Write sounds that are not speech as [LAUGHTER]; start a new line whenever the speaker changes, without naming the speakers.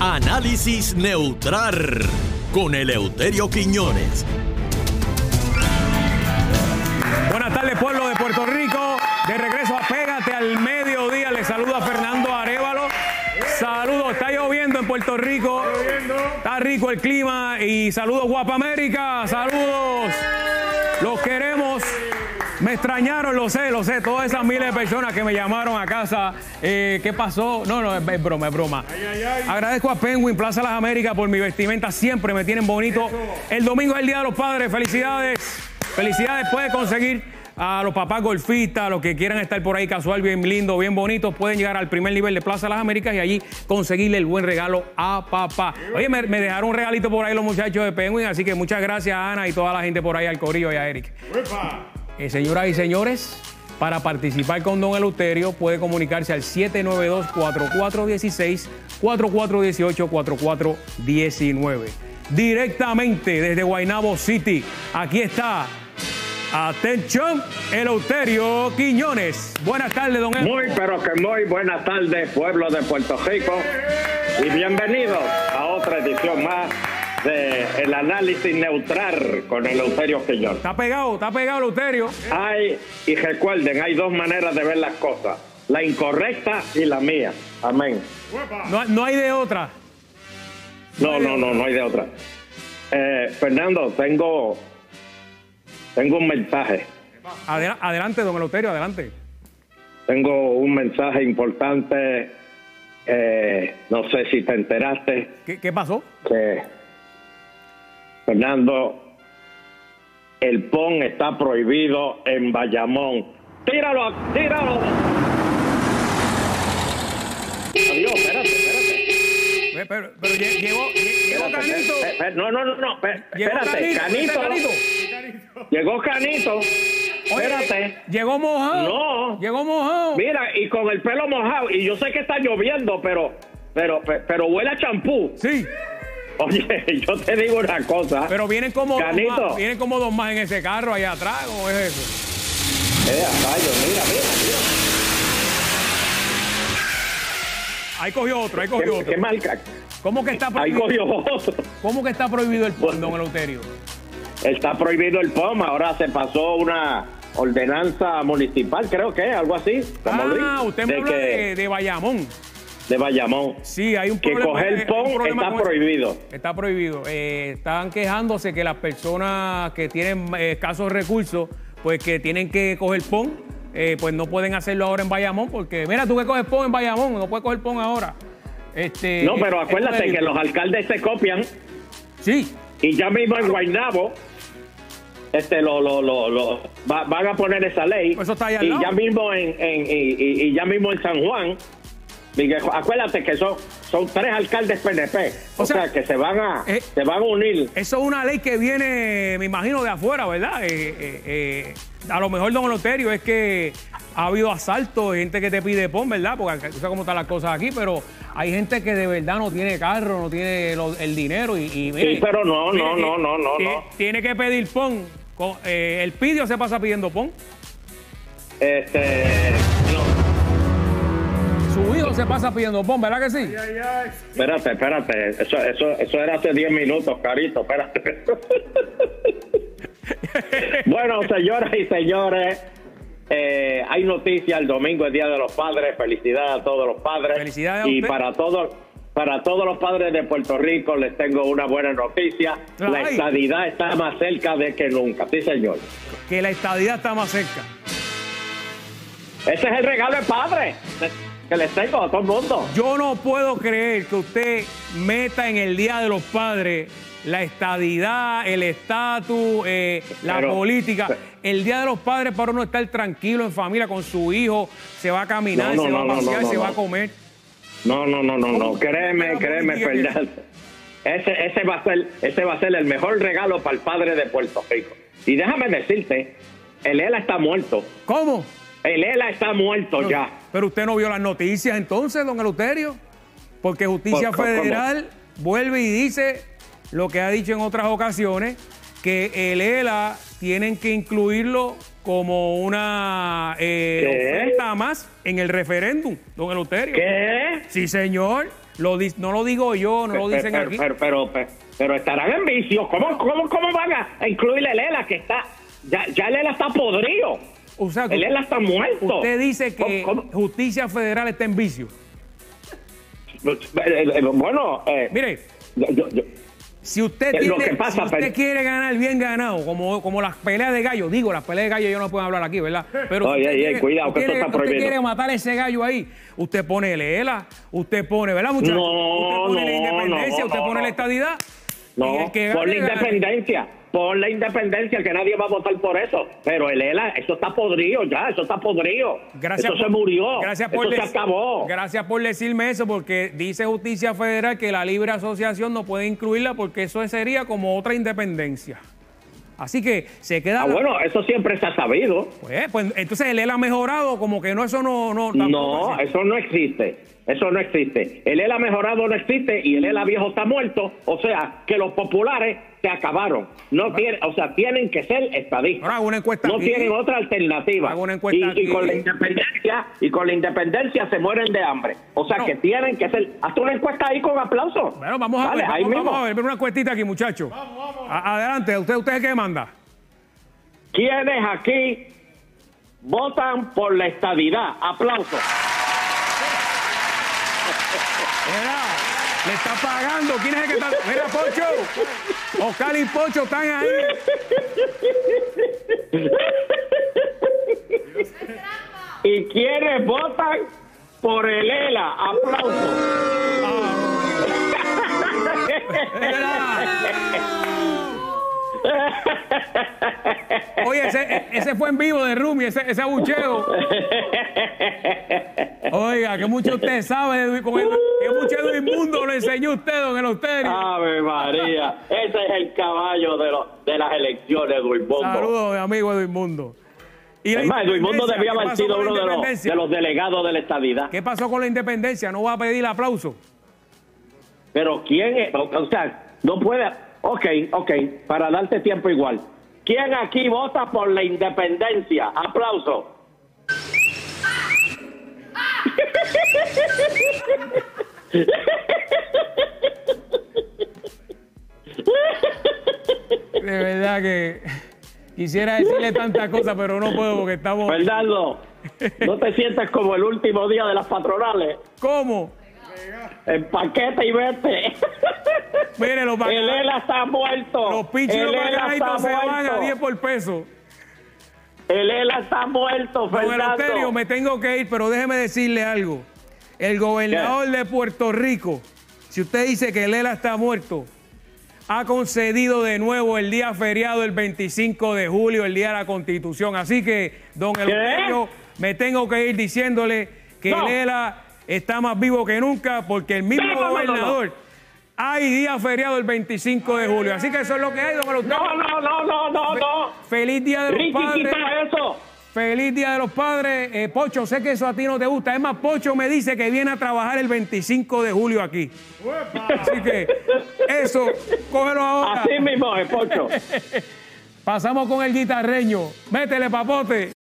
Análisis neutral con Eleuterio Quiñones.
Buenas tardes, pueblo de Puerto Rico. De regreso a Pégate al mediodía. Les saluda Fernando Arevalo. Saludos, está lloviendo en Puerto Rico. Está rico el clima. Y saludos, Guapa América. Saludos. Los queremos. Me extrañaron, lo sé, lo sé. Todas esas miles de personas que me llamaron a casa. eh, ¿Qué pasó? No, no, es, es broma, es broma. Agradezco a Penguin Plaza Las Américas por mi vestimenta. Siempre me tienen bonito. El domingo es el Día de los Padres. Felicidades. Felicidades. Puedes conseguir a los papás golfistas, a los que quieran estar por ahí casual, bien lindo, bien bonito, pueden llegar al primer nivel de Plaza Las Américas y allí conseguirle el buen regalo a papá. Oye, me, me dejaron un regalito por ahí los muchachos de Penguin, así que muchas gracias a Ana y toda la gente por ahí, al Corillo y a Eric. Eh, señoras y señores, para participar con Don Eleuterio puede comunicarse al 792-4416, 4418-4419. Directamente desde Guaynabo City, aquí está. Atención, Eleuterio Quiñones. Buenas tardes, don Eleuterio.
Muy, pero que muy buenas tardes, pueblo de Puerto Rico, y bienvenidos a otra edición más de El Análisis Neutral con el Euterio Quillón.
Está pegado, está pegado, Eleuterio.
Hay, y recuerden, hay dos maneras de ver las cosas, la incorrecta y la mía. Amén.
No, no hay de otra.
No, no, no, no hay de otra. Eh, Fernando, tengo, tengo un mensaje,
Adela- adelante, don Eleuterio, adelante.
tengo un mensaje importante, eh, no sé si te enteraste.
¿Qué, qué pasó?
que Fernando, el PON está prohibido en Bayamón. ¡Tíralo! ¡Tíralo! Adiós, espérate, espérate.
Eh, Pero, pero lle- llegó, lle- llegó
Espérate,
Canito.
espérate, espérate. No, no, no, no, pe-
Llegó
Eh, espérate,
Canito,
Canito.
Canito.
Llegó Canito.
Oye,
Espérate.
Llegó mojado.
No.
Llegó mojado.
Mira, y con el pelo mojado, y yo sé que está lloviendo, pero, pero, pe- pero huele a champú.
Sí,
Oye, [LAUGHS] yo te digo una cosa.
pero vienen como, dos
Canito.
más, vienen como dos más en ese carro allá atrás, ¿o es eso?
Eh, rayo, mira, mira, mira.
Ahí cogió otro, ahí cogió
¿Qué,
otro.
qué marca?
¿Cómo que está
Ahí
prohibido,
cogió otro.
¿cómo que está prohibido el pon, don Eleuterio?
[LAUGHS] Está prohibido el POM. Ahora se pasó una ordenanza municipal, creo que, algo así. como
Ah,
Luis,
usted me habla
que-
de, de Bayamón.
de Bayamón.
Sí, hay un
Que
problema.
coger
hay un
pon
problema
está
con eso.
prohibido.
Está prohibido. Eh, están quejándose que las personas que tienen eh, escasos recursos, pues que tienen que coger pon, eh, pues no pueden hacerlo ahora en Bayamón, porque mira, tú que coges pon en Bayamón, no puedes coger pon ahora. Este,
No, pero
es
acuérdate que
prohibido.
los alcaldes se copian
Sí,
y ya mismo en Guaynabo este, lo, lo, lo, lo- va- van a poner esa ley.
Pues eso está ahí al
y
lado.
ya mismo en, en- y, y- y ya mismo en San Juan. Miguel, acuérdate que son, son tres alcaldes PNP.
O
O,
sea,
sea, que se van a,
eh,
se van a unir.
eso es una ley que viene, me imagino, de afuera, ¿verdad? Eh, eh, eh, a lo mejor, don Eleuterio, es que ha habido asaltos, gente que te pide pon, ¿verdad? Porque tú sabes cómo están las cosas aquí, pero hay gente que de verdad no tiene carro, no tiene lo- el dinero y, y mire,
Sí, pero no,
mire,
no, no, no, no,
ti-
no.
Tiene que pedir pon. Co- eh, el pidio se pasa pidiendo pon.
Este. No,
Su hijo se pasa pidiendo pon, ¿verdad que sí?
espérate, espérate. Eso, eso, eso era hace 10 minutos, carito, espérate. [LAUGHS] bueno, señoras y señores, eh, hay noticias. El domingo es Día de los Padres. Felicidades a todos los padres.
Felicidades a
Y
usted.
para todos. Para todos los padres de Puerto Rico les tengo una buena noticia. La
Ay.
estadidad está más cerca de que nunca. Sí, señor.
Que la estadía está más cerca.
Ese es el regalo de padre que les tengo a todo el mundo.
Yo no puedo creer que usted meta en el Día de los Padres la estadidad, el estatus, eh, la
Pero-
política. El Día de los Padres para uno estar tranquilo en familia con su hijo, se va a caminar,
No, no,
se va
no, no,
a pasear,
no, no,
se va a
no.
comer.
No, no, no, no, no. Créeme,
Pero,
créeme,
¿cómo diga que-
Fernando. Ese, ese va a ser, ese va a ser el mejor regalo para el padre de Puerto Rico. Y déjame decirte, el ELA está muerto.
¿Cómo?
El ELA está muerto
Pero-
Oh, ya.
Pero usted no vio las noticias entonces, don Eleuterio. Porque Justicia
¿Por- Pues, cómo?
Federal vuelve y dice lo que ha dicho en otras ocasiones, que el ELA tienen que incluirlo como una eh,
¿Qué?
oferta más en el referéndum, don Eleuterio.
¿Qué?
Sí, señor. Lo di- no lo digo yo, no lo dicen
pero,
aquí.
Pero, pero, pero- pero estarán en vicio. ¿Cómo, cómo, cómo van a incluirle a Lela que está... Ya, ya Lela está podrido.
O sea, que-
Lela está muerto.
usted dice que
E ¿Cómo- cómo?
justicia federal está en vicio.
Eh, eh, Bueno, eh,
Mire,
yo- yo- yo-
si usted,
Eh, lo
tiene-
que pasa,
si usted
pero-
quiere ganar bien ganado, como, como las peleas de gallo, digo, las peleas de gallo yo no puedo hablar aquí, ¿verdad? Pero
Oye,
usted
oye, cuidado,
usted
que
quiere-
esto está
usted
prohibido.
quiere matar ese gallo ahí, usted pone Lela, usted pone, ¿verdad, muchachos?
No,
usted pone la
no,
independencia,
no,
usted
no,
pone la
no.
estadidad. y
no,
el que
por
gane,
la
gane.
independencia. Por la independencia, que nadie va a votar por eso. Pero el ELA, eso está podrido ya, eso está podrido.
Gracias
eso se
por-
murió.
Gracias por
eso se
dec-
acabó.
Gracias por decirme eso, porque dice Justicia Federal que la libre asociación no puede incluirla porque eso sería como otra independencia. Así que se queda.
Ah,
la-
bueno, eso siempre se ha sabido.
Pues, pues, entonces él ha mejorado, como que no, eso no. No, tampoco
No,
así.
eso no existe. Eso no existe. El ELA mejorado no existe y el ELA viejo está muerto. O sea, que los populares se acabaron. No tiene, o sea, tienen que ser estadistas.
Ahora hago una encuesta
no
aquí.
tienen otra alternativa.
Hago una encuesta
y, y con la
aquí.
independencia y con la independencia se mueren de hambre. O sea,
No.
que tienen que ser. Hazte una encuesta ahí con aplauso.
Bueno, vamos a
Dale,
ver,
ahí
vamos,
mismo.
vamos a ver, una cuestita aquí, muchachos. A- Adelante, usted, usted es el que manda.
¿Quiénes aquí votan por la estadidad? Aplauso.
Mira, le está pagando. ¿Quién es el que está? Mira, Pocho. Oscar y Pocho están ahí.
¿Y quiénes votan por el ELA? Aplauso.
Mira. Oye, ese, ese fue en vivo de Rumi, ese, ese abucheo. Oiga, que mucho usted sabe, de Edwin- con Edwin- que mucho Edwin Mundo lo enseñó usted, don Eleuterio.
Ave María, ese es el caballo de, los de las elecciones, Duimondo.
Saludos, mi amigo Edwin Mundo. Y la
Es más, Duimondo
independencia,
debía
¿qué
haber
pasó
sido
con la
uno de los,
independencia?
de los delegados de la estadidad.
¿Qué pasó con la independencia? ¿No va a pedir aplauso?
Pero quién es, o, o sea, no puede. Ok, ok, para darte tiempo igual. ¿Quién aquí vota por la independencia? Aplauso.
De verdad que [LAUGHS] quisiera decirle tantas cosas, pero no puedo porque estamos...
Fernando, no te sientas como el último día de las patronales.
¿Cómo?
Empaquete
[LAUGHS]
y vete.
Mire, los, bac-
El ELA está muerto.
los pichos y
el
los
ELA está
bacalaitos se van a 10
muerto.
por peso.
El ELA está muerto,
Don Eleuterio,
Fernando.
me tengo que ir, pero déjeme decirle algo. El gobernador de Puerto Rico, si usted dice que Lela está muerto, ha concedido de nuevo el día feriado el 25 de julio, el día de la Constitución. Así que, don Eleuterio, me tengo que ir diciéndole que
No.
Lela está más vivo que nunca porque el mismo
No, no, no, no, no.
gobernador hay día feriado el 25 de julio. Así que eso es lo que hay, don Eleuterio.
No, no, no, no, no, no.
Feliz día de los
Ricky,
padres.
quita eso.
Feliz Día de los Padres. Eh, Pocho, sé que eso a ti no te gusta. Es más, Pocho me dice que viene a trabajar el 25 de julio aquí. Así que eso, cógelo ahora.
Así mismo, Espocho.
Pasamos con el guitarreño. Métele, papote.